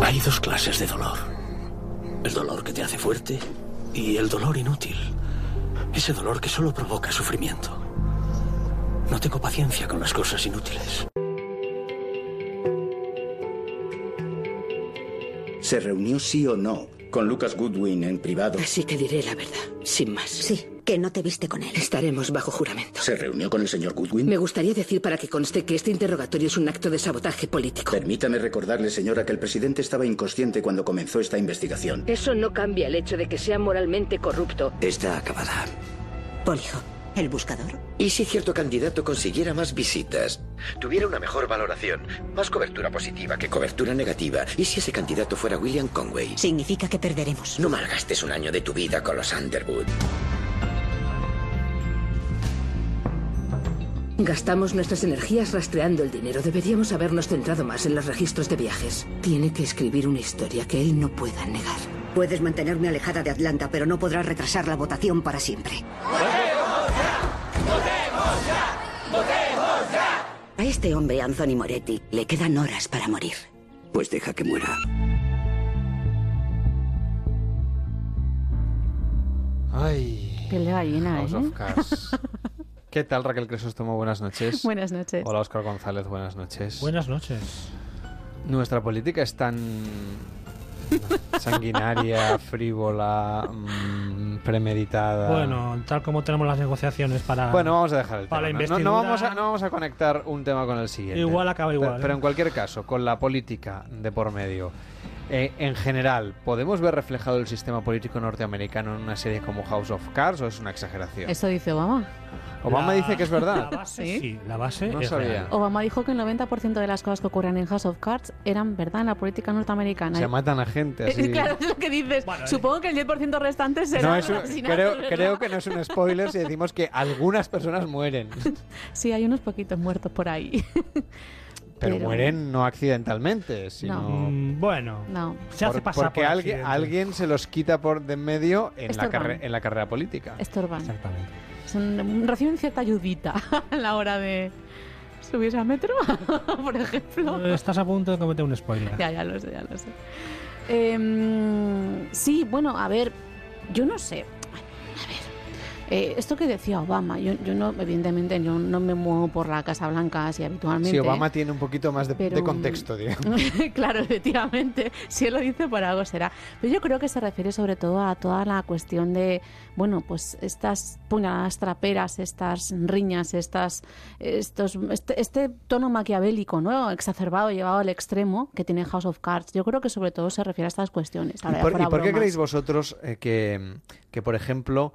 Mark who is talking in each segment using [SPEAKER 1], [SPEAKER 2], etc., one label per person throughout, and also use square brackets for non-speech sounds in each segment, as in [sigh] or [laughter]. [SPEAKER 1] Hay dos clases de dolor. El dolor que te hace fuerte y el dolor inútil. Ese dolor que solo provoca sufrimiento. No tengo paciencia con las cosas inútiles.
[SPEAKER 2] ¿Se reunió sí o no con Lucas Goodwin en privado?
[SPEAKER 3] Así que diré la verdad, sin más.
[SPEAKER 4] Sí, que no te viste con él.
[SPEAKER 3] Estaremos bajo juramento.
[SPEAKER 2] ¿Se reunió con el señor Goodwin?
[SPEAKER 3] Me gustaría decir para que conste que este interrogatorio es un acto de sabotaje político.
[SPEAKER 2] Permítame recordarle, señora, que el presidente estaba inconsciente cuando comenzó esta investigación.
[SPEAKER 3] Eso no cambia el hecho de que sea moralmente corrupto.
[SPEAKER 5] Está acabada.
[SPEAKER 4] Polijo, el buscador.
[SPEAKER 5] ¿Y si cierto candidato consiguiera más visitas? Tuviera una mejor valoración, más cobertura positiva que cobertura negativa. ¿Y si ese candidato fuera William Conway?
[SPEAKER 4] Significa que perderemos.
[SPEAKER 5] No malgastes un año de tu vida con los Underwood.
[SPEAKER 3] Gastamos nuestras energías rastreando el dinero. Deberíamos habernos centrado más en los registros de viajes. Tiene que escribir una historia que él no pueda negar.
[SPEAKER 4] Puedes mantenerme alejada de Atlanta, pero no podrás retrasar la votación para siempre. A este hombre, Anthony Moretti, le quedan horas para morir.
[SPEAKER 5] Pues deja que muera.
[SPEAKER 6] Ay.
[SPEAKER 7] Qué gallina,
[SPEAKER 6] House
[SPEAKER 7] ¿eh?
[SPEAKER 6] of Cards.
[SPEAKER 7] [laughs]
[SPEAKER 6] ¿Qué tal Raquel Cresóstomo? Buenas noches.
[SPEAKER 7] Buenas noches.
[SPEAKER 6] Hola Óscar González, buenas noches.
[SPEAKER 8] Buenas noches.
[SPEAKER 6] Nuestra política es tan
[SPEAKER 8] [laughs]
[SPEAKER 6] sanguinaria, frívola, mm, premeditada.
[SPEAKER 8] Bueno, tal como tenemos las negociaciones para.
[SPEAKER 6] Bueno, vamos a dejar el
[SPEAKER 8] Para
[SPEAKER 6] tema.
[SPEAKER 8] la
[SPEAKER 6] No- no- No,
[SPEAKER 8] investidura-
[SPEAKER 6] vamos a, no vamos a conectar un tema con el siguiente.
[SPEAKER 8] Igual acaba
[SPEAKER 6] Pe-
[SPEAKER 8] igual,
[SPEAKER 6] Pero,
[SPEAKER 8] ¿eh?
[SPEAKER 6] en cualquier caso, con la política de por medio. eh, en general, ¿podemos ver reflejado el sistema político norteamericano en una serie como House of Cards o es una exageración?
[SPEAKER 7] Eso dice Obama.
[SPEAKER 6] Obama
[SPEAKER 8] La-
[SPEAKER 6] dice que es verdad.
[SPEAKER 8] [laughs] La base,
[SPEAKER 7] ¿Sí?
[SPEAKER 8] sí. la base
[SPEAKER 6] No
[SPEAKER 8] es
[SPEAKER 6] sabía. Oh.
[SPEAKER 8] real.
[SPEAKER 7] Obama dijo que el 90% de las cosas que ocurren en House of Cards eran verdad en la política norteamericana.
[SPEAKER 6] Se matan a
[SPEAKER 7] [laughs]
[SPEAKER 6] gente
[SPEAKER 7] Es-
[SPEAKER 6] así.
[SPEAKER 7] Claro, es lo que dices.
[SPEAKER 8] Bueno, eh.
[SPEAKER 7] Supongo que el 10% restante será
[SPEAKER 6] No es un- creo, creo que no es un spoiler si decimos que algunas personas
[SPEAKER 7] [laughs]
[SPEAKER 6] mueren.
[SPEAKER 7] Sí, hay unos poquitos muertos por ahí. [laughs]
[SPEAKER 6] Pero
[SPEAKER 7] Pero-
[SPEAKER 6] mueren no accidentalmente, sino.
[SPEAKER 8] Mm, bueno,
[SPEAKER 7] No.
[SPEAKER 8] se hace
[SPEAKER 6] por-
[SPEAKER 8] pasar
[SPEAKER 6] porque
[SPEAKER 8] por
[SPEAKER 6] alguien,
[SPEAKER 8] accidente.
[SPEAKER 6] alguien se los quita por de en medio en la,
[SPEAKER 7] Estorban.
[SPEAKER 6] carre- en la carrera política.
[SPEAKER 7] Estorban.
[SPEAKER 8] Exactamente.
[SPEAKER 7] Son- reciben cierta ayudita [laughs] a la hora de subirse al metro, [laughs] por ejemplo.
[SPEAKER 8] Eh, Estás a punto de cometer un spoiler.
[SPEAKER 7] Ya, ya lo sé, ya lo sé. Em, sí, bueno, a ver, yo no sé. A ver. eh, esto que decía Obama, yo, yo no, evidentemente, yo no me muevo por la Casa Blanca así habitualmente.
[SPEAKER 6] Si Obama tiene un poquito más de,
[SPEAKER 7] ¿eh? Pero,
[SPEAKER 6] de
[SPEAKER 7] [laughs]
[SPEAKER 6] contexto, digamos.
[SPEAKER 7] claro, efectivamente, si él lo dice por algo será. Pero yo creo que se refiere sobre todo a toda la cuestión de, bueno, pues estas puñaladas traperas, estas riñas, estas, estos, este, este tono maquiavélico, ¿no? Exacerbado, llevado al extremo que tiene House of Cards. Yo creo que sobre todo se refiere a estas cuestiones.
[SPEAKER 6] ¿Y
[SPEAKER 7] Ahora ya
[SPEAKER 6] por,
[SPEAKER 7] fuera
[SPEAKER 6] y por qué
[SPEAKER 7] bromas.
[SPEAKER 6] creéis vosotros eh, que, que, por ejemplo,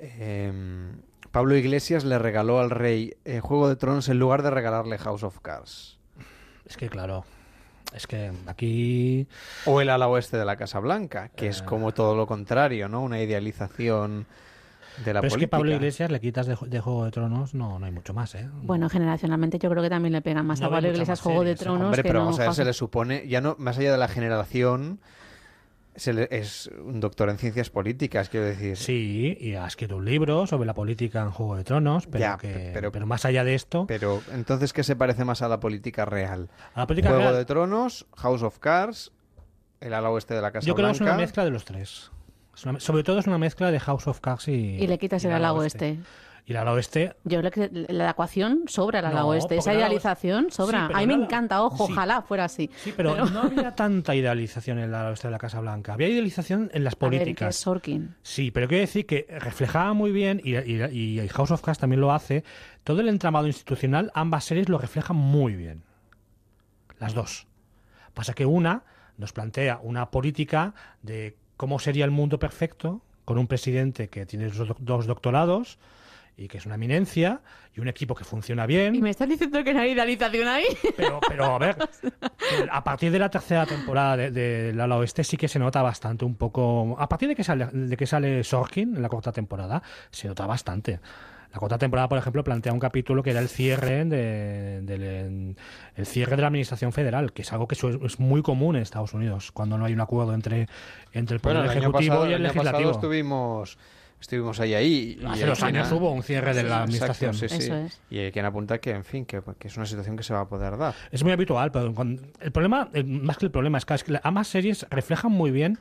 [SPEAKER 6] em, Pablo Iglesias le regaló al rey eh, Juego de Tronos en lugar de regalarle House of Cards?
[SPEAKER 8] Es que claro, es que aquí
[SPEAKER 6] O el ala oeste de la Casa Blanca, que es como todo lo contrario, ¿no? Una idealización de la
[SPEAKER 8] Pero es que
[SPEAKER 6] política.
[SPEAKER 8] Pablo Iglesias le quitas de, de Juego de Tronos, no, no hay mucho más, ¿eh?
[SPEAKER 7] Bueno, generacionalmente yo creo que también le pega más
[SPEAKER 8] No
[SPEAKER 7] a
[SPEAKER 8] ve
[SPEAKER 7] Pablo
[SPEAKER 8] muchas
[SPEAKER 7] Iglesias
[SPEAKER 8] más
[SPEAKER 7] Juego de
[SPEAKER 8] series, ¿eh?
[SPEAKER 7] Tronos
[SPEAKER 6] Hombre,
[SPEAKER 7] que
[SPEAKER 6] pero
[SPEAKER 7] no
[SPEAKER 6] vamos a ver,
[SPEAKER 7] House
[SPEAKER 6] se
[SPEAKER 7] of
[SPEAKER 6] le supone, ya no, más allá de la generación, se le- es un doctor en ciencias políticas, quiero decir.
[SPEAKER 8] Sí, y ha escrito un libro sobre la política en Juego de Tronos, pero,
[SPEAKER 6] Ya,
[SPEAKER 8] que,
[SPEAKER 6] pe- pero-
[SPEAKER 8] pero, más allá de esto,
[SPEAKER 6] Pero entonces, ¿qué se parece más a la política real?
[SPEAKER 8] a la política
[SPEAKER 6] Juego
[SPEAKER 8] real,
[SPEAKER 6] de Tronos, House of Cards, el ala oeste de la Casa
[SPEAKER 8] yo creo que
[SPEAKER 6] Blanca.
[SPEAKER 8] es una mezcla de los tres. Es una- sobre todo es una mezcla de House of Cards y...
[SPEAKER 7] Y le quitas
[SPEAKER 8] y
[SPEAKER 7] el
[SPEAKER 8] la
[SPEAKER 7] ala oeste.
[SPEAKER 8] Y la oeste...
[SPEAKER 7] Yo creo que la ecuación sobra la
[SPEAKER 8] No,
[SPEAKER 7] ala oeste,
[SPEAKER 8] porque
[SPEAKER 7] esa
[SPEAKER 8] la ala
[SPEAKER 7] idealización
[SPEAKER 8] oeste-
[SPEAKER 7] sobra.
[SPEAKER 8] Sí, pero
[SPEAKER 7] a mí me
[SPEAKER 8] la ala-
[SPEAKER 7] encanta, ojo,
[SPEAKER 8] sí.
[SPEAKER 7] ojalá fuera así.
[SPEAKER 8] Sí, pero, no había tanta idealización en la oeste de la Casa Blanca. Había idealización en las
[SPEAKER 7] A ver, que es
[SPEAKER 8] políticas.
[SPEAKER 7] Sorkin.
[SPEAKER 8] Sí, pero quiero decir que reflejaba muy bien, y, y- y House of Cards también lo hace, todo el entramado institucional, ambas series lo reflejan muy bien. Las dos. Pasa que una nos plantea una política de cómo sería el mundo perfecto, con un presidente que tiene dos doc- dos doctorados y que es una eminencia, y un equipo que funciona bien.
[SPEAKER 7] ¿Y me estás diciendo que no hay idealización
[SPEAKER 8] [laughs]
[SPEAKER 7] ahí?
[SPEAKER 8] Pero, pero a ver, a partir de la tercera temporada de, de La La Oeste sí que se nota bastante un poco. A partir de que sale, de que sale Sorkin en la cuarta temporada, se nota bastante. La cuarta temporada, por ejemplo, plantea un capítulo que era el cierre de, del- el cierre de la administración federal, que es algo que su- es muy común en Estados Unidos, cuando no hay un acuerdo entre, entre el poder
[SPEAKER 6] Bueno, Pues el año
[SPEAKER 8] ejecutivo
[SPEAKER 6] pasado,
[SPEAKER 8] y
[SPEAKER 6] el
[SPEAKER 8] el,
[SPEAKER 6] año pasado
[SPEAKER 8] legislativo.
[SPEAKER 6] estuvimos estuvimos ahí ahí. y
[SPEAKER 8] Hace
[SPEAKER 6] hay
[SPEAKER 8] dos
[SPEAKER 6] quien
[SPEAKER 8] años
[SPEAKER 6] ha-
[SPEAKER 8] hubo un cierre de la
[SPEAKER 6] Exacto,
[SPEAKER 8] administración.
[SPEAKER 6] sí, sí.
[SPEAKER 7] Eso es.
[SPEAKER 6] Y hay quien apunta que, en fin, que, que es una situación que se va a poder dar.
[SPEAKER 8] Es muy habitual, pero cuando- el problema, eh, más que el problema, es que es que ambas series reflejan muy bien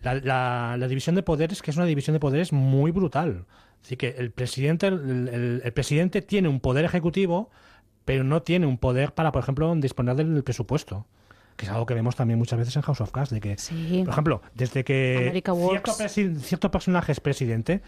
[SPEAKER 8] la, la- la división de poderes, que es una división de poderes muy brutal. Así que el presidente, el, el- el presidente tiene un poder ejecutivo, pero no tiene un poder para, por ejemplo, disponer del presupuesto. Que es algo que vemos también muchas veces en House of Cards, de que,
[SPEAKER 7] Sí.
[SPEAKER 8] por ejemplo, desde que
[SPEAKER 7] America
[SPEAKER 8] cierto,
[SPEAKER 7] Works.
[SPEAKER 8] presi- cierto personaje es presidente,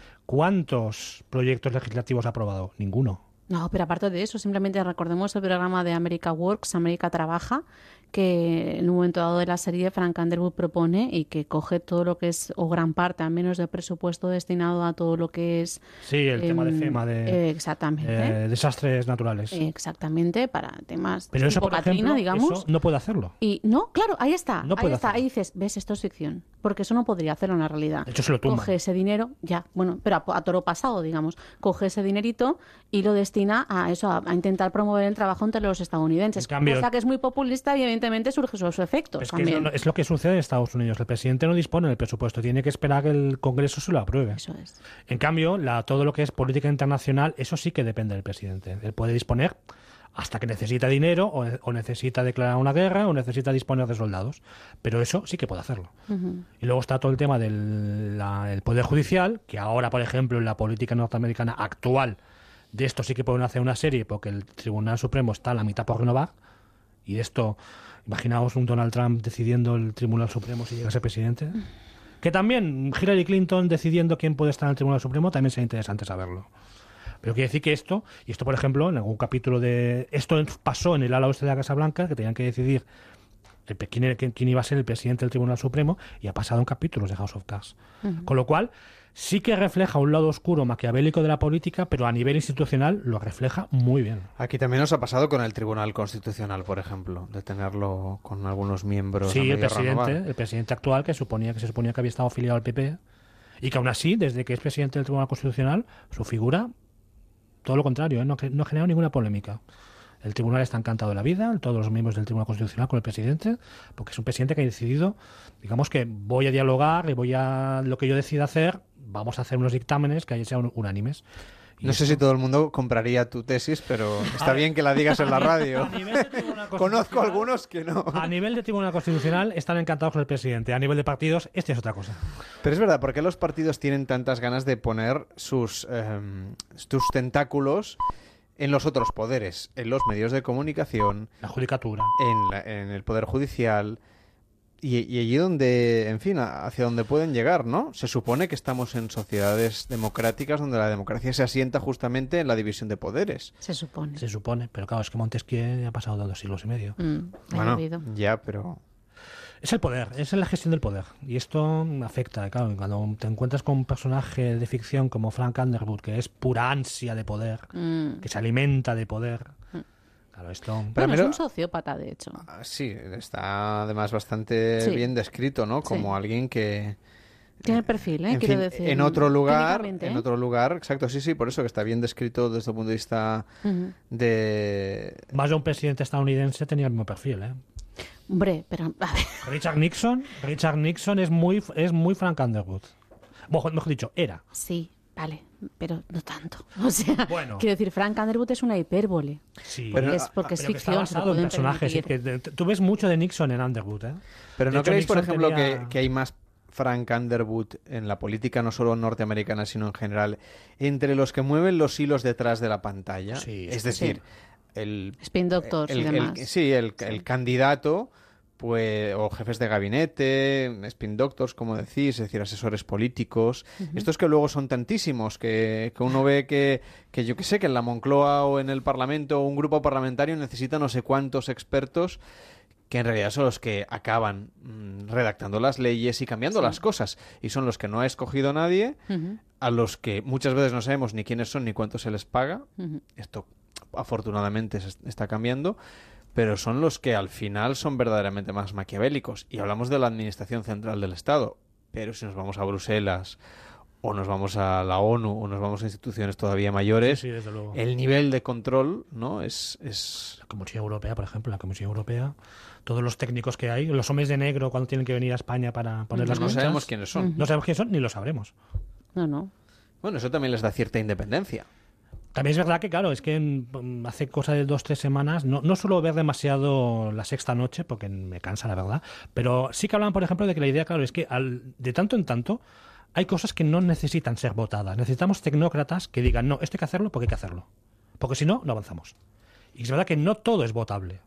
[SPEAKER 8] ¿cuántos proyectos legislativos ha aprobado? Ninguno.
[SPEAKER 7] No, pero aparte de eso, simplemente recordemos el programa de America Works, América Trabaja, que en un momento dado de la serie Frank Underwood propone y que coge todo lo que es, o gran parte al menos del presupuesto destinado a todo lo que es...
[SPEAKER 8] Sí, el tema de
[SPEAKER 7] em,
[SPEAKER 8] FEMA, de
[SPEAKER 7] eh, exactamente.
[SPEAKER 8] eh, desastres naturales.
[SPEAKER 7] eh, exactamente, para temas
[SPEAKER 8] Pero eso,
[SPEAKER 7] tipo
[SPEAKER 8] por
[SPEAKER 7] Katrina,
[SPEAKER 8] ejemplo,
[SPEAKER 7] digamos.
[SPEAKER 8] eso no puede hacerlo.
[SPEAKER 7] Y no, claro, ahí está.
[SPEAKER 8] No
[SPEAKER 7] ahí
[SPEAKER 8] puede
[SPEAKER 7] está.
[SPEAKER 8] hacerlo.
[SPEAKER 7] Ahí dices, ves, esto es ficción. Porque eso no podría hacerlo en la realidad.
[SPEAKER 8] De hecho, se lo tumban.
[SPEAKER 7] Coge ese dinero, ya, bueno, pero a, a toro pasado, digamos. Coge ese dinerito y lo destina a eso, a, a intentar promover el trabajo entre los estadounidenses.
[SPEAKER 8] En cambio-
[SPEAKER 7] cosa que es muy populista y evidentemente surge su, su efecto
[SPEAKER 8] Es, que
[SPEAKER 7] también.
[SPEAKER 8] eso no- es lo que sucede en Estados Unidos. El presidente no dispone del presupuesto, tiene que esperar a que el Congreso se lo apruebe.
[SPEAKER 7] Eso es.
[SPEAKER 8] En cambio, la, todo lo que es política internacional, eso sí que depende del presidente. Él puede disponer hasta que necesita dinero o, o necesita declarar una guerra o necesita disponer de soldados. Pero eso sí que puede hacerlo. Y luego está todo el tema del la- el Poder Judicial, que ahora, por ejemplo, en la política norteamericana actual, de esto sí que pueden hacer una serie porque el Tribunal Supremo está a la mitad por renovar. Y de esto, imaginaos un Donald Trump decidiendo el Tribunal Supremo si llega a ser presidente. Que también Hillary Clinton decidiendo quién puede estar en el Tribunal Supremo también sería interesante saberlo. Pero quiere decir que esto, y esto por ejemplo, en algún capítulo de. Esto en- pasó en el ala oeste de la Casa Blanca, que tenían que decidir el pe- quién, era- quién- quién iba a ser el presidente del Tribunal Supremo, y ha pasado en capítulos de House of Cards. Con lo cual, sí que refleja un lado oscuro maquiavélico de la política, pero a nivel institucional lo refleja muy bien.
[SPEAKER 6] Aquí también nos ha pasado con el Tribunal Constitucional, por ejemplo, de tenerlo con algunos miembros. a
[SPEAKER 8] Sí, el
[SPEAKER 6] medio renovar.
[SPEAKER 8] presidente, el presidente actual que suponía que se suponía que había estado afiliado al PP y que aún así, desde que es presidente del Tribunal Constitucional, su figura todo lo contrario, ¿eh? no, que- no ha generado ninguna polémica. El tribunal está encantado de la vida, todos los miembros del Tribunal Constitucional con el presidente, porque es un presidente que ha decidido, digamos que voy a dialogar y voy a lo que yo decida hacer, vamos a hacer unos dictámenes que sean unánimes. Y
[SPEAKER 6] No sé si todo el mundo compraría tu tesis, pero está bien que la digas [laughs] en la radio. [laughs] Conozco algunos que no.
[SPEAKER 8] A nivel de Tribunal Constitucional están encantados con el presidente, a nivel de partidos, esta es otra cosa.
[SPEAKER 6] Pero es verdad, ¿por qué los partidos tienen tantas ganas de poner sus, em, tus tentáculos en los otros poderes? En los medios de comunicación,
[SPEAKER 8] La judicatura.
[SPEAKER 6] en, la- en el Poder Judicial y, y allí donde, en fin, a- hacia donde pueden llegar, ¿no? Se supone que estamos en sociedades democráticas donde la democracia se asienta justamente en la división de poderes.
[SPEAKER 7] Se supone.
[SPEAKER 8] Se supone, pero claro, es que Montesquieu ya ha pasado dos siglos y medio.
[SPEAKER 7] Mm, ha
[SPEAKER 6] Bueno,
[SPEAKER 7] llovido.
[SPEAKER 6] ya, pero...
[SPEAKER 8] Es el poder, es la gestión del poder. Y esto afecta, claro, cuando te encuentras con un personaje de ficción como Frank Underwood, que es pura ansia de poder,
[SPEAKER 7] Mm.
[SPEAKER 8] que se alimenta de poder. Claro, esto...
[SPEAKER 6] Pero
[SPEAKER 7] bueno,
[SPEAKER 6] mira-
[SPEAKER 7] es un sociópata, de hecho.
[SPEAKER 6] Ah, Sí, está además bastante
[SPEAKER 7] Sí.
[SPEAKER 6] bien descrito, ¿no? Como
[SPEAKER 7] Sí.
[SPEAKER 6] alguien que...
[SPEAKER 7] Tiene el perfil, ¿eh?
[SPEAKER 6] en
[SPEAKER 7] Quiero
[SPEAKER 6] fin,
[SPEAKER 7] decir.
[SPEAKER 6] en otro lugar,
[SPEAKER 7] técnicamente,
[SPEAKER 6] en
[SPEAKER 7] ¿eh?
[SPEAKER 6] otro lugar, exacto, sí, sí, por eso que está bien descrito desde el punto de vista
[SPEAKER 7] ¿eh? Ujú.
[SPEAKER 6] de...
[SPEAKER 8] Más de un presidente estadounidense tenía el mismo perfil, ¿eh?
[SPEAKER 7] Hombre, pero a ver,
[SPEAKER 8] Richard Nixon, Richard Nixon es muy, es muy Frank Underwood. Bueno, mejor dicho, era.
[SPEAKER 7] sí, vale, pero no tanto. [laughs] O sea,
[SPEAKER 8] Bueno.
[SPEAKER 7] quiero decir, Frank Underwood es una hipérbole.
[SPEAKER 8] Sí.
[SPEAKER 6] Pero-
[SPEAKER 7] es porque es
[SPEAKER 8] Pero que está
[SPEAKER 7] ficción, se lo
[SPEAKER 8] basado en
[SPEAKER 7] pueden
[SPEAKER 8] personajes. sí,
[SPEAKER 7] permitir.
[SPEAKER 8] que te- tú ves mucho de Nixon en Underwood, ¿eh?
[SPEAKER 6] Pero
[SPEAKER 8] De
[SPEAKER 6] ¿no
[SPEAKER 8] hecho,
[SPEAKER 6] creéis, por
[SPEAKER 8] Nixon
[SPEAKER 6] ejemplo,
[SPEAKER 8] tenía-
[SPEAKER 6] que, que hay más Frank Underwood en la política, no solo norteamericana, sino en general, entre los que mueven los hilos detrás de la pantalla?
[SPEAKER 8] Sí,
[SPEAKER 6] es
[SPEAKER 8] sí.
[SPEAKER 6] decir, el...
[SPEAKER 7] Spin doctors
[SPEAKER 6] el-
[SPEAKER 7] y
[SPEAKER 6] el-
[SPEAKER 7] demás.
[SPEAKER 6] sí, el, el candidato pues, o jefes de gabinete, spin doctors, como decís, es decir, asesores políticos. Estos que luego son tantísimos, que, que uno ve que, que yo que sé, que en la Moncloa o en el Parlamento un grupo parlamentario necesita no sé cuántos expertos que en realidad son los que acaban mm, redactando las leyes y cambiando las cosas. Y son los que no ha escogido nadie,
[SPEAKER 7] Ujú.
[SPEAKER 6] a los que muchas veces no sabemos ni quiénes son ni cuánto se les paga.
[SPEAKER 7] Ujú.
[SPEAKER 6] Esto afortunadamente se es- está cambiando. Pero son los que al final son verdaderamente más maquiavélicos. Y hablamos de la Administración Central del Estado. Pero si nos vamos a Bruselas, o nos vamos a la ONU, o nos vamos a instituciones todavía mayores,
[SPEAKER 8] Sí, desde luego.
[SPEAKER 6] el nivel de control no es... es...
[SPEAKER 8] la Comisión Europea, por ejemplo, la Comisión Europea, todos los técnicos que hay, los hombres de negro cuando tienen que venir a España para poner las
[SPEAKER 6] No
[SPEAKER 8] conchas,
[SPEAKER 6] sabemos quiénes son.
[SPEAKER 8] No sabemos quiénes son ni lo sabremos.
[SPEAKER 7] No, no.
[SPEAKER 6] Bueno, eso también les da cierta independencia.
[SPEAKER 8] También es verdad que, claro, es que mm, hace cosa de dos, tres semanas, no, no suelo ver demasiado la sexta noche, porque me cansa, la verdad, pero sí que hablan, por ejemplo, de que la idea, claro, es que al- de tanto en tanto hay cosas que no necesitan ser votadas. Necesitamos tecnócratas que digan, no, esto hay que hacerlo porque hay que hacerlo. Porque si no, no avanzamos. Y es verdad que no todo es votable.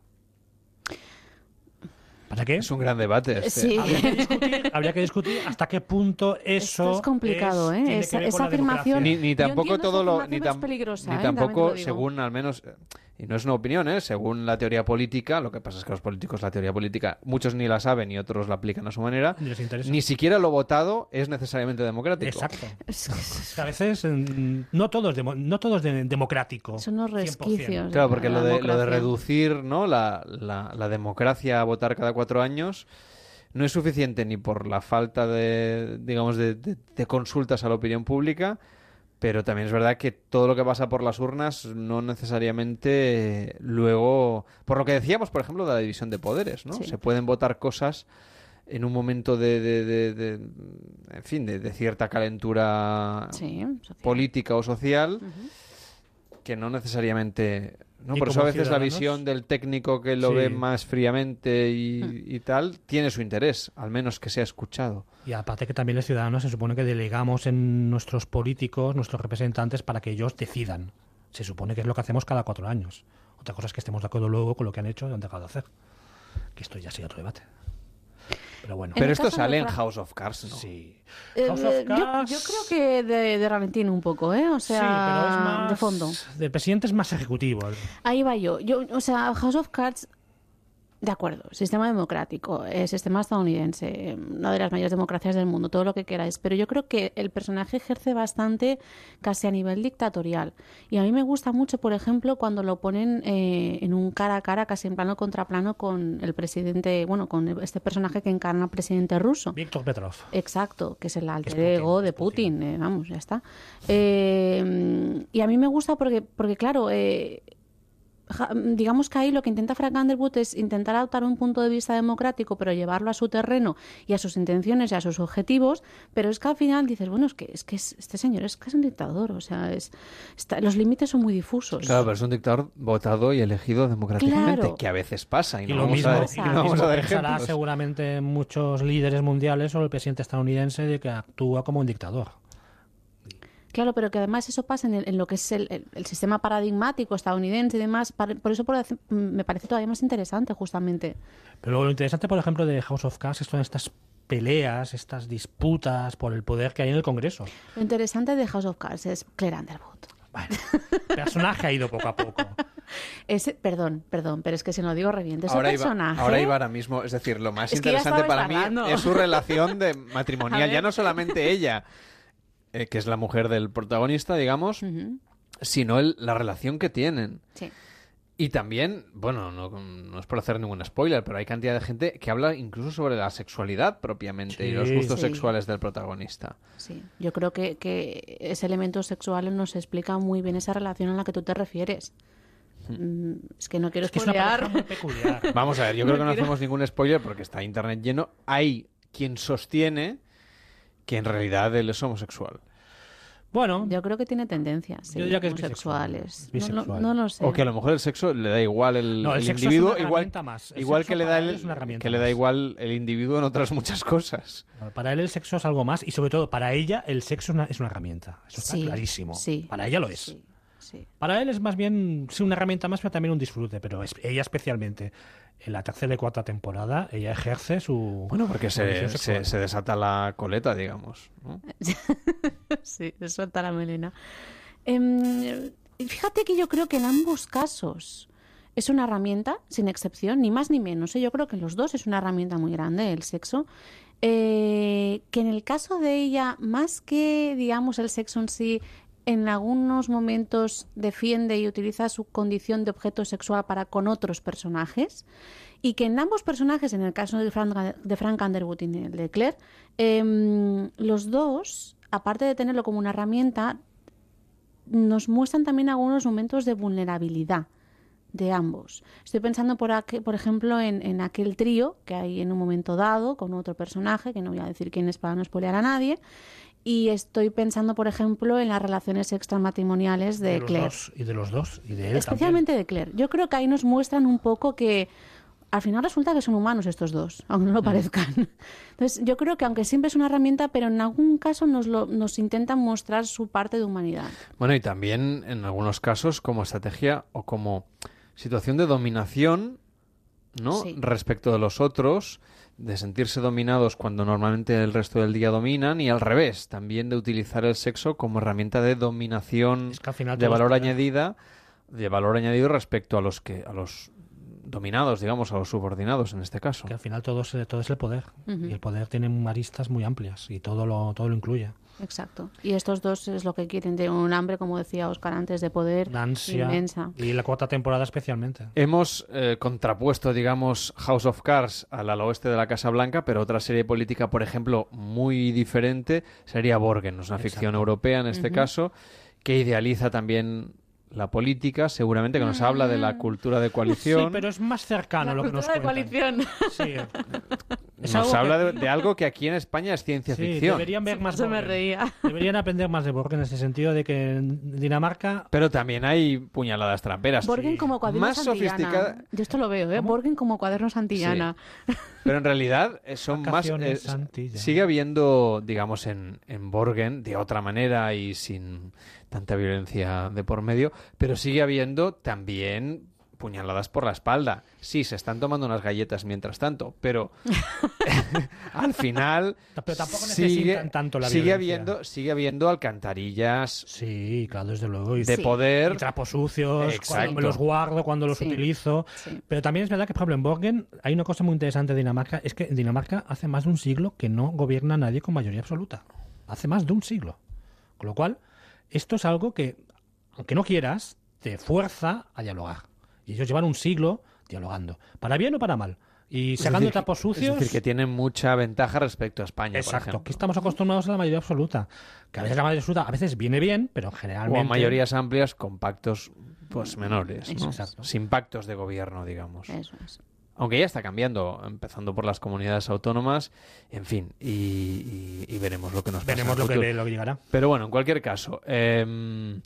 [SPEAKER 8] ¿Para qué?
[SPEAKER 6] Es un gran debate. este.
[SPEAKER 7] Sí.
[SPEAKER 8] Habría
[SPEAKER 7] [laughs]
[SPEAKER 8] que discutir, habría que discutir hasta qué punto eso
[SPEAKER 7] Esto es complicado,
[SPEAKER 8] es-
[SPEAKER 7] ¿eh?
[SPEAKER 8] tiene que
[SPEAKER 7] Esa-
[SPEAKER 8] ver con
[SPEAKER 7] esa
[SPEAKER 8] la democracia.
[SPEAKER 7] afirmación-
[SPEAKER 6] Ni, ni
[SPEAKER 7] Yo
[SPEAKER 6] tampoco
[SPEAKER 7] entiendo
[SPEAKER 6] todo
[SPEAKER 7] esa
[SPEAKER 6] lo.
[SPEAKER 7] afirmación,
[SPEAKER 6] Ni,
[SPEAKER 7] pero es
[SPEAKER 6] tam-
[SPEAKER 7] peligrosa,
[SPEAKER 6] ni
[SPEAKER 7] ¿eh? También te lo
[SPEAKER 6] tampoco,
[SPEAKER 7] digo.
[SPEAKER 6] según al menos. eh, Y no es una opinión, ¿eh? Según la teoría política, lo que pasa es que los políticos, la teoría política, muchos ni la saben y otros la aplican a su manera.
[SPEAKER 8] Ni les interesa.
[SPEAKER 6] Ni siquiera lo votado es necesariamente democrático.
[SPEAKER 8] Exacto. A veces mm, no todo es, demo- no todo es de- democrático.
[SPEAKER 7] Son los
[SPEAKER 8] 100%.
[SPEAKER 7] resquicios.
[SPEAKER 6] Claro, porque
[SPEAKER 7] de
[SPEAKER 6] lo
[SPEAKER 7] la
[SPEAKER 6] de, lo de
[SPEAKER 7] Pues democracia.
[SPEAKER 6] reducir ¿no? la, la- la democracia a votar cada cuatro años no es suficiente ni por la falta de, digamos, de, de- de consultas a la opinión pública, pero también es verdad que todo lo que pasa por las urnas no necesariamente eh, luego... Por lo que decíamos, por ejemplo, de la división de poderes, ¿no?
[SPEAKER 7] Sí.
[SPEAKER 6] Se pueden votar cosas en un momento de, de- de- de- en fin, de, de cierta calentura
[SPEAKER 7] Sí, social.
[SPEAKER 6] política o social que no necesariamente no
[SPEAKER 8] Y
[SPEAKER 6] por eso a
[SPEAKER 8] como
[SPEAKER 6] veces la
[SPEAKER 8] ciudadanos-
[SPEAKER 6] visión del técnico que lo
[SPEAKER 8] Sí.
[SPEAKER 6] ve más fríamente y,
[SPEAKER 7] Hmm.
[SPEAKER 6] y tal tiene su interés al menos que sea escuchado
[SPEAKER 8] Y aparte que también los ciudadanos se supone que delegamos en nuestros políticos, nuestros representantes, para que ellos decidan. Se supone que es lo que hacemos cada cuatro años. Otra cosa es que estemos de acuerdo luego con lo que han hecho y han dejado de hacer. Que esto ya sería otro debate. Pero bueno.
[SPEAKER 7] En
[SPEAKER 6] pero
[SPEAKER 7] el
[SPEAKER 6] esto
[SPEAKER 7] caso de
[SPEAKER 6] sale en
[SPEAKER 7] Fra-
[SPEAKER 6] House of Cards ¿no?
[SPEAKER 8] Sí.
[SPEAKER 7] Eh,
[SPEAKER 8] House of
[SPEAKER 7] eh, yo,
[SPEAKER 8] Cards-
[SPEAKER 7] yo creo que de, de ralentín un poco, ¿eh? O sea,
[SPEAKER 8] sí, pero es más...
[SPEAKER 7] de fondo.
[SPEAKER 8] El presidente es más ejecutivo.
[SPEAKER 7] Ahí va yo. yo. O sea, House of Cards, de acuerdo, sistema democrático, eh, sistema estadounidense, eh, una de las mayores democracias del mundo, todo lo que queráis. Pero yo creo que el personaje ejerce bastante, casi a nivel dictatorial. Y a mí me gusta mucho, por ejemplo, cuando lo ponen eh, en un cara a cara, casi en plano contra plano, con el presidente, bueno, con este personaje que encarna al presidente ruso.
[SPEAKER 8] Víctor Petrov.
[SPEAKER 7] Exacto, que es el alter
[SPEAKER 8] Putin,
[SPEAKER 7] ego de
[SPEAKER 8] es Putin.
[SPEAKER 7] Putin, eh, vamos, ya está. Eh, y a mí me gusta porque, porque claro, eh, ja- digamos que ahí lo que intenta Frank Underwood es intentar adoptar un punto de vista democrático, pero llevarlo a su terreno y a sus intenciones y a sus objetivos, pero es que al final dices, bueno, es que, es que es- este señor es que es un dictador, o sea, es, está- los límites son muy difusos.
[SPEAKER 6] claro pero es un dictador votado y elegido democráticamente
[SPEAKER 7] Claro.
[SPEAKER 6] que a veces pasa y,
[SPEAKER 8] Y
[SPEAKER 6] no
[SPEAKER 8] lo
[SPEAKER 6] vamos
[SPEAKER 8] mismo,
[SPEAKER 6] a,
[SPEAKER 7] pasa.
[SPEAKER 6] y
[SPEAKER 8] y
[SPEAKER 6] no
[SPEAKER 8] lo
[SPEAKER 6] vamos a
[SPEAKER 8] mismo
[SPEAKER 6] dar
[SPEAKER 8] pensará
[SPEAKER 6] ejemplos
[SPEAKER 8] seguramente muchos líderes mundiales sobre el presidente estadounidense de que actúa como un dictador.
[SPEAKER 7] Claro, pero que además eso pasa en, el- en lo que es el, el- el sistema paradigmático estadounidense y demás. par- Por eso por- me parece todavía más interesante, justamente.
[SPEAKER 8] Pero lo interesante, por ejemplo, de House of Cards son estas peleas, estas disputas por el poder que hay en el Congreso.
[SPEAKER 7] Lo interesante de House of Cards es Claire Underwood.
[SPEAKER 8] Bueno, el personaje ha ido poco a poco.
[SPEAKER 7] Ese, perdón, perdón, pero es que si no digo reviente, ese
[SPEAKER 6] ahora iba,
[SPEAKER 7] personaje.
[SPEAKER 6] ahora iba ahora mismo es decir lo más
[SPEAKER 7] Es que ya
[SPEAKER 6] interesante
[SPEAKER 7] estabais
[SPEAKER 6] para mí
[SPEAKER 7] hablando.
[SPEAKER 6] es su relación
[SPEAKER 7] [laughs]
[SPEAKER 6] de
[SPEAKER 7] A
[SPEAKER 6] matrimonial
[SPEAKER 7] ver.
[SPEAKER 6] ya no solamente ella eh, que es la mujer del protagonista digamos
[SPEAKER 7] Ujú,
[SPEAKER 6] sino el- la relación que tienen
[SPEAKER 7] sí.
[SPEAKER 6] Y también, bueno, no, no es por hacer ningún spoiler, pero hay cantidad de gente que habla incluso sobre la sexualidad propiamente y los
[SPEAKER 8] Sí.
[SPEAKER 6] gustos
[SPEAKER 7] Sí.
[SPEAKER 6] sexuales del protagonista.
[SPEAKER 7] Sí, yo creo que, que ese elemento sexual nos explica muy bien esa relación a la que tú te refieres.
[SPEAKER 6] Hmm.
[SPEAKER 7] Mm, Es que no quiero
[SPEAKER 8] es que es una pareja
[SPEAKER 7] spoilear.
[SPEAKER 8] muy peculiar.
[SPEAKER 6] Vamos a ver, yo creo que no
[SPEAKER 7] Mentira.
[SPEAKER 6] hacemos ningún spoiler porque está internet lleno. Hay quien sostiene que en realidad él es homosexual.
[SPEAKER 8] Bueno,
[SPEAKER 7] [laughs] Yo creo que tiene tendencias sí,
[SPEAKER 8] Yo diría que es
[SPEAKER 7] homosexuales. No,
[SPEAKER 8] bisexual. Bisexual.
[SPEAKER 7] lo- no lo sé.
[SPEAKER 6] O que a lo mejor el sexo le da igual el,
[SPEAKER 8] No, el
[SPEAKER 6] el
[SPEAKER 8] sexo es
[SPEAKER 6] individuo,
[SPEAKER 8] una
[SPEAKER 6] igual,
[SPEAKER 8] herramienta más. El
[SPEAKER 6] igual
[SPEAKER 8] sexo
[SPEAKER 6] que le da
[SPEAKER 8] para
[SPEAKER 6] el-
[SPEAKER 8] él es una herramienta
[SPEAKER 6] que le da
[SPEAKER 8] más.
[SPEAKER 6] igual el individuo en otras muchas cosas.
[SPEAKER 8] para él el sexo es algo más y sobre todo para ella el sexo es una, es una herramienta. Eso está
[SPEAKER 7] Sí,
[SPEAKER 8] clarísimo.
[SPEAKER 7] sí.
[SPEAKER 8] Para ella lo es.
[SPEAKER 7] Sí, sí.
[SPEAKER 8] Para él es más bien sí, una herramienta más, pero también un disfrute. Pero es- ella especialmente, en la tercera y cuarta temporada, ella ejerce su...
[SPEAKER 6] Bueno, porque
[SPEAKER 8] su
[SPEAKER 6] se,
[SPEAKER 8] visión
[SPEAKER 6] se,
[SPEAKER 8] sexual.
[SPEAKER 6] se desata la coleta, digamos. ¿no?
[SPEAKER 7] [laughs] Sí, se suelta la melena. Em, fíjate que yo creo que en ambos casos es una herramienta, sin excepción, ni más ni menos. ¿eh? Yo creo que en los dos es una herramienta muy grande el sexo. Eh, que en el caso de ella, más que, digamos, el sexo en sí, en algunos momentos defiende y utiliza su condición de objeto sexual para con otros personajes y que en ambos personajes, en el caso de Frank, de Frank Underwood y en el de Claire, em, los dos, aparte de tenerlo como una herramienta, nos muestran también algunos momentos de vulnerabilidad de ambos. Estoy pensando, por, aqu- por ejemplo, en, en aquel trío que hay en un momento dado con otro personaje, que no voy a decir quién es para no spoilear a nadie, Y estoy pensando, por ejemplo, en las relaciones extramatrimoniales de,
[SPEAKER 8] los
[SPEAKER 7] Claire.
[SPEAKER 8] dos, y de los dos, y de él
[SPEAKER 7] Especialmente de Claire. Yo creo que ahí nos muestran un poco que al final resulta que son humanos estos dos, aunque no
[SPEAKER 8] Mm.
[SPEAKER 7] lo parezcan. Entonces, yo creo que aunque siempre es una herramienta, pero en algún caso nos, lo, nos intentan mostrar su parte de humanidad.
[SPEAKER 6] Bueno, y también en algunos casos como estrategia o como situación de dominación, ¿no?
[SPEAKER 7] Sí.
[SPEAKER 6] Respecto de los otros, de sentirse dominados cuando normalmente el resto del día dominan y al revés, también de utilizar el sexo como herramienta de dominación,
[SPEAKER 8] Es que al final
[SPEAKER 6] de
[SPEAKER 8] todos
[SPEAKER 6] valor
[SPEAKER 8] tienen-
[SPEAKER 6] añadida, de valor añadido respecto a los que a los dominados, digamos, a los subordinados en este caso.
[SPEAKER 8] Que al final todo es, todo es el poder.
[SPEAKER 7] Ujú.
[SPEAKER 8] Y el poder tiene aristas muy amplias y todo lo, todo lo incluye.
[SPEAKER 7] Exacto. Y estos dos es lo que quieren. Tienen un hambre, como decía Oscar antes, de poder
[SPEAKER 8] La ansia.
[SPEAKER 7] inmensa.
[SPEAKER 8] Y la cuarta temporada especialmente.
[SPEAKER 6] Hemos eh, contrapuesto, digamos, House of Cards al al oeste de la Casa Blanca, pero otra serie política, por ejemplo, muy diferente sería Borgen, es una ficción europea en este caso, que idealiza también la política, seguramente, que nos habla de la cultura de
[SPEAKER 8] Ah. Sí,
[SPEAKER 6] coalición,
[SPEAKER 8] pero es más cercano Ah, lo que nos
[SPEAKER 7] de
[SPEAKER 8] cuentan.
[SPEAKER 7] coalición.
[SPEAKER 8] Sí, [laughs] es
[SPEAKER 6] nos
[SPEAKER 8] algo que-
[SPEAKER 6] habla de, de algo que aquí en España es ciencia
[SPEAKER 8] sí,
[SPEAKER 6] ficción.
[SPEAKER 8] deberían ver más
[SPEAKER 7] Yo me
[SPEAKER 8] Borgen.
[SPEAKER 7] reía.
[SPEAKER 8] Deberían aprender más de Borgen en ese sentido de que en Dinamarca
[SPEAKER 6] Pero también hay puñaladas
[SPEAKER 8] Ah,
[SPEAKER 6] tramperas.
[SPEAKER 7] Borgen como cuaderno
[SPEAKER 6] Más
[SPEAKER 7] santillana.
[SPEAKER 6] sofisticada-
[SPEAKER 7] Yo esto lo veo, ¿eh? Borgen como cuaderno santillana.
[SPEAKER 6] Pero en realidad eh, son más.
[SPEAKER 8] Vacaciones,
[SPEAKER 6] eh,
[SPEAKER 8] Santi, ya.
[SPEAKER 6] sigue habiendo, digamos, en, en Borgen de otra manera y sin tanta violencia de por medio, pero sigue habiendo también puñaladas por la espalda. Sí, se están tomando unas galletas mientras tanto, pero [laughs] al final
[SPEAKER 8] Pero tampoco
[SPEAKER 6] sigue,
[SPEAKER 8] necesitan tanto la
[SPEAKER 6] sigue
[SPEAKER 8] violencia.
[SPEAKER 6] habiendo sigue habiendo alcantarillas
[SPEAKER 8] sí, claro, desde luego. Y
[SPEAKER 6] de
[SPEAKER 7] Sí.
[SPEAKER 6] poder.
[SPEAKER 8] y trapos sucios,
[SPEAKER 6] Exacto.
[SPEAKER 8] cuando me los guardo, cuando los
[SPEAKER 7] Sí.
[SPEAKER 8] utilizo.
[SPEAKER 7] Sí.
[SPEAKER 8] Pero también es verdad que, por ejemplo, en Borgen hay una cosa muy interesante de Dinamarca, es que en Dinamarca hace más de un siglo que no gobierna nadie con mayoría absoluta. Hace más de un siglo. Con lo cual, esto es algo que, aunque no quieras, te fuerza a dialogar. Y ellos llevan un siglo dialogando, para bien o para mal. Y sacando
[SPEAKER 6] decir,
[SPEAKER 8] trapos
[SPEAKER 6] Es
[SPEAKER 8] sucios.
[SPEAKER 6] decir, que tienen mucha ventaja respecto a España. por
[SPEAKER 8] Exacto, que
[SPEAKER 6] ejemplo.
[SPEAKER 8] estamos acostumbrados a la mayoría absoluta. Que a veces la mayoría absoluta a veces viene bien, pero generalmente.
[SPEAKER 6] O a mayorías amplias con pactos pues menores, ¿no?
[SPEAKER 8] Exacto.
[SPEAKER 6] sin pactos de gobierno, digamos.
[SPEAKER 7] Eso es.
[SPEAKER 6] Aunque ya está cambiando, empezando por las comunidades autónomas, en fin, y, y- y veremos lo que nos pasa en
[SPEAKER 8] Veremos
[SPEAKER 6] el
[SPEAKER 8] lo que,
[SPEAKER 6] futuro.
[SPEAKER 8] lo que llegará.
[SPEAKER 6] Pero bueno, en cualquier caso, em,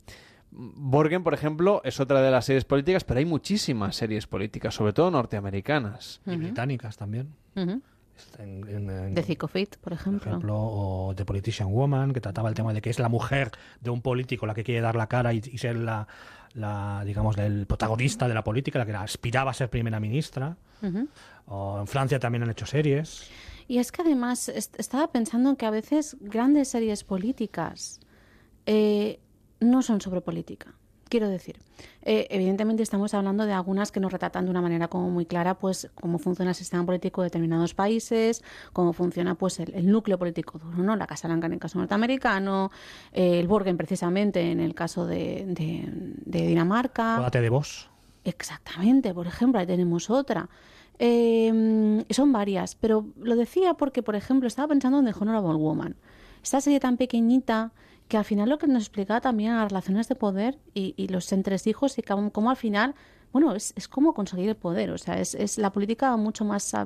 [SPEAKER 6] Borgen, por ejemplo, es otra de las series políticas, pero hay muchísimas series políticas, sobre todo norteamericanas.
[SPEAKER 8] Y británicas también.
[SPEAKER 7] Ujú.
[SPEAKER 8] En- en- en-
[SPEAKER 7] De Cicofit, por
[SPEAKER 8] por
[SPEAKER 7] ejemplo.
[SPEAKER 8] ejemplo, o The Politician Woman, que trataba el tema de que es la mujer de un político la que quiere dar la cara y, y ser la, la, digamos, el protagonista de la política, la que aspiraba a ser primera ministra.
[SPEAKER 7] Ujú.
[SPEAKER 8] O en Francia también han hecho series.
[SPEAKER 7] Y es que además est- estaba pensando que a veces grandes series políticas eh, no son sobre política. Quiero decir, eh, evidentemente estamos hablando de algunas que nos retratan de una manera como muy clara, pues cómo funciona el sistema político de determinados países, cómo funciona pues el, el núcleo político duro, ¿no? La Casa Blanca en el caso norteamericano, eh, el Borgen precisamente en el caso de, de- de Dinamarca.
[SPEAKER 8] Acuérdate de vos.
[SPEAKER 7] Exactamente, por ejemplo, ahí tenemos otra. Eh, son varias, pero lo decía porque, por ejemplo, estaba pensando en The Honorable Woman. Esta serie tan pequeñita que al final lo que nos explica también las relaciones de poder y, y los entresijos y cómo, cómo al final, bueno, es, es cómo conseguir el poder. O sea, es, es la política mucho más ah,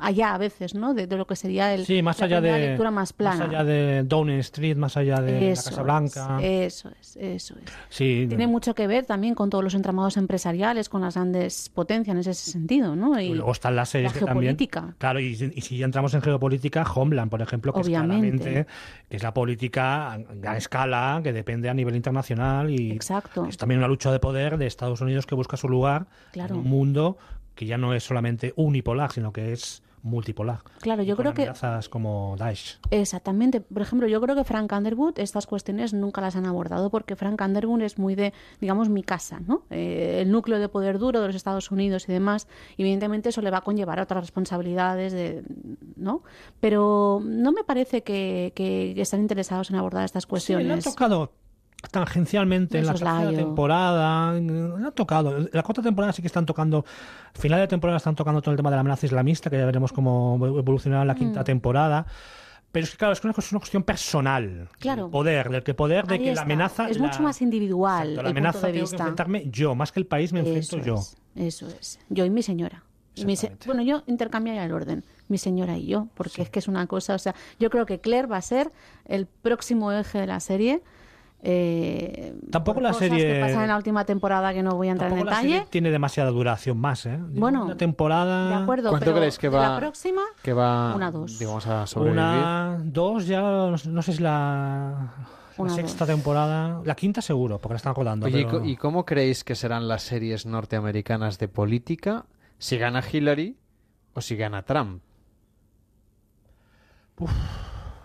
[SPEAKER 7] allá a veces, ¿no? De, de lo que sería el,
[SPEAKER 8] Sí, más
[SPEAKER 7] la
[SPEAKER 8] allá
[SPEAKER 7] primera
[SPEAKER 8] de.
[SPEAKER 7] lectura más plana.
[SPEAKER 8] allá de Downing Street, más allá de
[SPEAKER 7] Eso
[SPEAKER 8] la Casa Blanca.
[SPEAKER 7] es, eso es, eso es.
[SPEAKER 8] sí,
[SPEAKER 7] Tiene mucho que ver también con todos los entramados empresariales, con las grandes potencias en ese sentido, ¿no?
[SPEAKER 8] Y luego están las series
[SPEAKER 7] la
[SPEAKER 8] que también...
[SPEAKER 7] geopolítica.
[SPEAKER 8] Claro, y, si- y si ya entramos en geopolítica, Homeland, por ejemplo, que
[SPEAKER 7] Obviamente.
[SPEAKER 8] es claramente que es la política a gran escala, que depende a nivel internacional y
[SPEAKER 7] Exacto.
[SPEAKER 8] que es también una lucha de poder de Estados Unidos que busca su lugar
[SPEAKER 7] Claro.
[SPEAKER 8] en un mundo que ya no es solamente unipolar, sino que es multipolar.
[SPEAKER 7] Claro,
[SPEAKER 8] Y
[SPEAKER 7] yo
[SPEAKER 8] con
[SPEAKER 7] creo que-
[SPEAKER 8] amenazas como Daesh.
[SPEAKER 7] Exactamente. Por ejemplo, yo creo que Frank Underwood estas cuestiones nunca las han abordado porque Frank Underwood es muy de, digamos, mi casa, ¿no? Eh, el núcleo de poder duro de los Estados Unidos y demás. Y evidentemente eso le va a conllevar otras responsabilidades, de, ¿no? Pero no me parece que, que estén interesados en abordar estas
[SPEAKER 8] Sí, le han
[SPEAKER 7] cuestiones.
[SPEAKER 8] tocado tangencialmente en la
[SPEAKER 7] Esos
[SPEAKER 8] tercera
[SPEAKER 7] layos.
[SPEAKER 8] temporada. Le han tocado. En La cuarta temporada sí que están tocando. Final de temporada están tocando todo el tema de la amenaza islamista, que ya veremos cómo evolucionará en la
[SPEAKER 7] Mm.
[SPEAKER 8] quinta temporada. Pero es que, claro, es que una cosa- es una cuestión personal.
[SPEAKER 7] Claro.
[SPEAKER 8] El poder, del que poder de
[SPEAKER 7] Ahí
[SPEAKER 8] que
[SPEAKER 7] está.
[SPEAKER 8] la amenaza.
[SPEAKER 7] es
[SPEAKER 8] la-
[SPEAKER 7] mucho más individual
[SPEAKER 8] Exacto,
[SPEAKER 7] el
[SPEAKER 8] la amenaza
[SPEAKER 7] punto de
[SPEAKER 8] tengo que
[SPEAKER 7] vista.
[SPEAKER 8] enfrentarme yo, más que el país me
[SPEAKER 7] Eso
[SPEAKER 8] enfrento yo.
[SPEAKER 7] es, eso es. Yo y mi señora. Mi se-
[SPEAKER 8] Exactamente.
[SPEAKER 7] bueno, yo intercambiaría el orden, mi señora y yo, porque es que es una cosa, o sea, yo creo que Claire va a ser el próximo eje de la serie. eh,
[SPEAKER 8] Tampoco
[SPEAKER 7] por
[SPEAKER 8] la
[SPEAKER 7] cosas
[SPEAKER 8] serie-
[SPEAKER 7] que pasan en la última temporada que no voy a entrar en
[SPEAKER 8] Tampoco la
[SPEAKER 7] detalle.
[SPEAKER 8] serie tiene demasiada duración más, ¿eh? Lleva
[SPEAKER 7] Bueno,
[SPEAKER 8] una temporada.
[SPEAKER 7] De acuerdo,
[SPEAKER 6] ¿Cuánto
[SPEAKER 7] pero
[SPEAKER 6] crees que
[SPEAKER 7] de
[SPEAKER 6] va?
[SPEAKER 7] la próxima
[SPEAKER 6] Que va.
[SPEAKER 7] Una, dos.
[SPEAKER 6] Digamos, a sobrevivir.
[SPEAKER 8] Una, dos, ya no sé- no sé si la, la
[SPEAKER 7] Una,
[SPEAKER 8] sexta
[SPEAKER 7] dos.
[SPEAKER 8] temporada. La quinta seguro, porque la están rodando.
[SPEAKER 6] Oye, ¿y
[SPEAKER 8] pero-
[SPEAKER 6] co- ¿y cómo creéis que serán las series norteamericanas de política si gana Hillary o si gana Trump?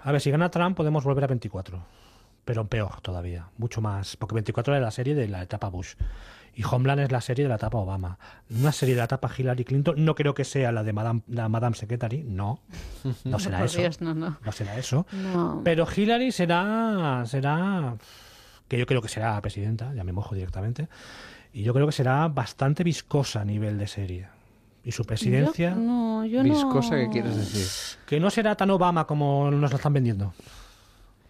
[SPEAKER 8] A ver, si gana Trump podemos volver a 24. Pero peor todavía, mucho más. Porque 24 era la serie de la etapa Bush. Y Homeland es la serie de la etapa Obama. Una serie de la etapa Hillary Clinton, no creo que sea la de Madame, la Madame Secretary, no.
[SPEAKER 7] [laughs]
[SPEAKER 8] No será
[SPEAKER 7] por
[SPEAKER 8] eso.
[SPEAKER 7] Dios, no, no.
[SPEAKER 8] No será eso.
[SPEAKER 7] No.
[SPEAKER 8] Pero Hillary será, será, que yo creo que será presidenta, ya me mojo directamente, y yo creo que será bastante viscosa a nivel de serie. Y su presidencia,
[SPEAKER 7] Yo- no, yo
[SPEAKER 6] Viscosa,
[SPEAKER 7] no-
[SPEAKER 6] ¿qué quieres decir?
[SPEAKER 8] que no será tan Obama como nos lo están vendiendo.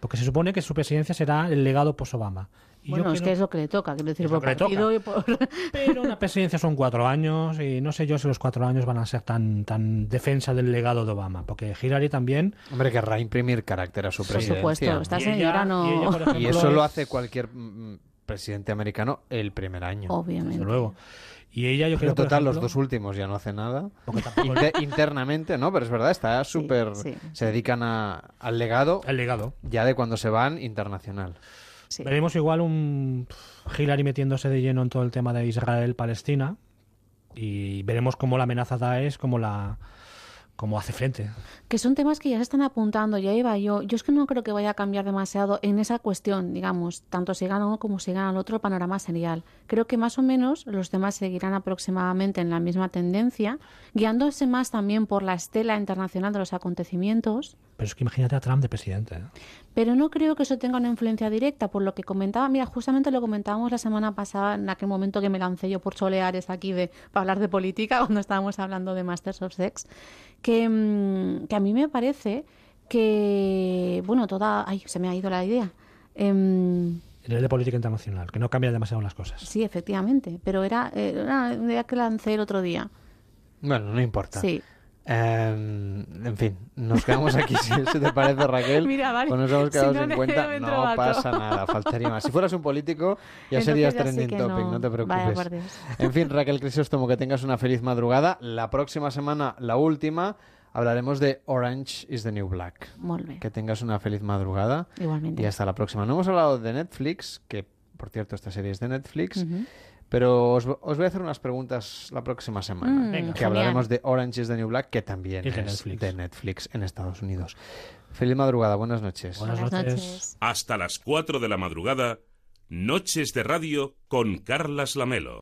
[SPEAKER 8] Porque se supone que su presidencia será el legado post-Obama. Y yo
[SPEAKER 7] Bueno, es que
[SPEAKER 8] creo-
[SPEAKER 7] es lo que le toca, quiero decir,
[SPEAKER 8] Es lo
[SPEAKER 7] por
[SPEAKER 8] que le
[SPEAKER 7] partido y por... [laughs]
[SPEAKER 8] Pero una presidencia son cuatro años y no sé yo si los cuatro años van a ser tan, tan defensa del legado de Obama. Porque Hillary también...
[SPEAKER 6] Hombre, querrá imprimir carácter a su
[SPEAKER 7] Por
[SPEAKER 6] presidencia.
[SPEAKER 7] supuesto,
[SPEAKER 6] ¿no?
[SPEAKER 7] está- Esta
[SPEAKER 8] y ella-
[SPEAKER 7] señora no-
[SPEAKER 8] y ella,
[SPEAKER 6] [laughs]
[SPEAKER 8] por
[SPEAKER 6] Y
[SPEAKER 8] ejemplo,
[SPEAKER 6] eso lo
[SPEAKER 8] es-
[SPEAKER 6] hace cualquier mm, presidente americano el primer año.
[SPEAKER 7] Obviamente.
[SPEAKER 8] Desde luego. Y ella yo
[SPEAKER 6] Pero
[SPEAKER 8] creo que...
[SPEAKER 6] total, los dos últimos ya no hace nada.
[SPEAKER 8] [laughs] Porque tampoco-
[SPEAKER 6] Inte- internamente, ¿no? Pero es verdad, está súper...
[SPEAKER 7] sí.
[SPEAKER 6] Se dedican a- al legado
[SPEAKER 8] El legado.
[SPEAKER 6] ya de cuando se van internacional.
[SPEAKER 7] Sí.
[SPEAKER 8] Veremos igual un pff, Hillary metiéndose de lleno en todo el tema de Israel-Palestina y veremos cómo la amenaza Daesh, cómo la cómo hace frente.
[SPEAKER 7] que son temas que ya se están apuntando, ya iba yo. Yo es que no creo que vaya a cambiar demasiado en esa cuestión, digamos, tanto si gana uno como si gana el otro, el panorama serial. Creo que más o menos los temas seguirán aproximadamente en la misma tendencia, guiándose más también por la estela internacional de los acontecimientos.
[SPEAKER 8] Pero es que imagínate a Trump de presidente. ¿eh?
[SPEAKER 7] Pero no creo que eso tenga una influencia directa, por lo que comentaba, mira, justamente lo comentábamos la semana pasada, en aquel momento que me lancé yo por soleares aquí de, para hablar de política, [laughs] cuando estábamos hablando de Masters of Sex, que, mm, que a mí me parece que, bueno, toda... Ay, se me ha ido la idea. Em,
[SPEAKER 8] El nivel de política internacional, que no cambia demasiado las cosas.
[SPEAKER 7] sí, efectivamente, pero era, eh, era una idea que lancé el otro día.
[SPEAKER 6] Bueno, no importa.
[SPEAKER 7] Sí.
[SPEAKER 6] Eh, en fin, nos quedamos aquí [laughs] si si te parece Raquel.
[SPEAKER 7] Mira, vale.
[SPEAKER 6] Pues nos hemos
[SPEAKER 7] Si
[SPEAKER 6] quedado
[SPEAKER 7] no,
[SPEAKER 6] sin
[SPEAKER 7] me
[SPEAKER 6] cuenta.
[SPEAKER 7] quedo dentro
[SPEAKER 6] No
[SPEAKER 7] vaco.
[SPEAKER 6] pasa nada, faltaría más. Si fueras un político, ya
[SPEAKER 7] Entonces
[SPEAKER 6] serías
[SPEAKER 7] ya sé
[SPEAKER 6] trending
[SPEAKER 7] que
[SPEAKER 6] topic, no.
[SPEAKER 7] no.
[SPEAKER 6] te
[SPEAKER 7] Vaya
[SPEAKER 6] preocupes.
[SPEAKER 7] por Dios.
[SPEAKER 6] en fin, Raquel Crisóstomo, que tengas una feliz madrugada. La próxima semana, la última, hablaremos de Orange is the New Black.
[SPEAKER 7] Muy bien.
[SPEAKER 6] Que tengas una feliz madrugada.
[SPEAKER 7] Igualmente.
[SPEAKER 6] Y hasta la próxima. No hemos hablado de Netflix, que por cierto, esta serie es de Netflix.
[SPEAKER 7] Ujú.
[SPEAKER 6] Pero os, os voy a hacer unas preguntas la próxima semana.
[SPEAKER 7] Mm, Venga.
[SPEAKER 6] Que
[SPEAKER 7] genial.
[SPEAKER 6] hablaremos de Orange is the New Black, que también
[SPEAKER 8] Y de
[SPEAKER 6] es
[SPEAKER 8] Netflix.
[SPEAKER 6] de Netflix en Estados Unidos. Feliz madrugada, buenas noches.
[SPEAKER 8] Buenas
[SPEAKER 7] Buenas
[SPEAKER 8] noches.
[SPEAKER 7] noches.
[SPEAKER 9] Hasta las 4 de la madrugada, Noches de Radio con Carlas Lamelo.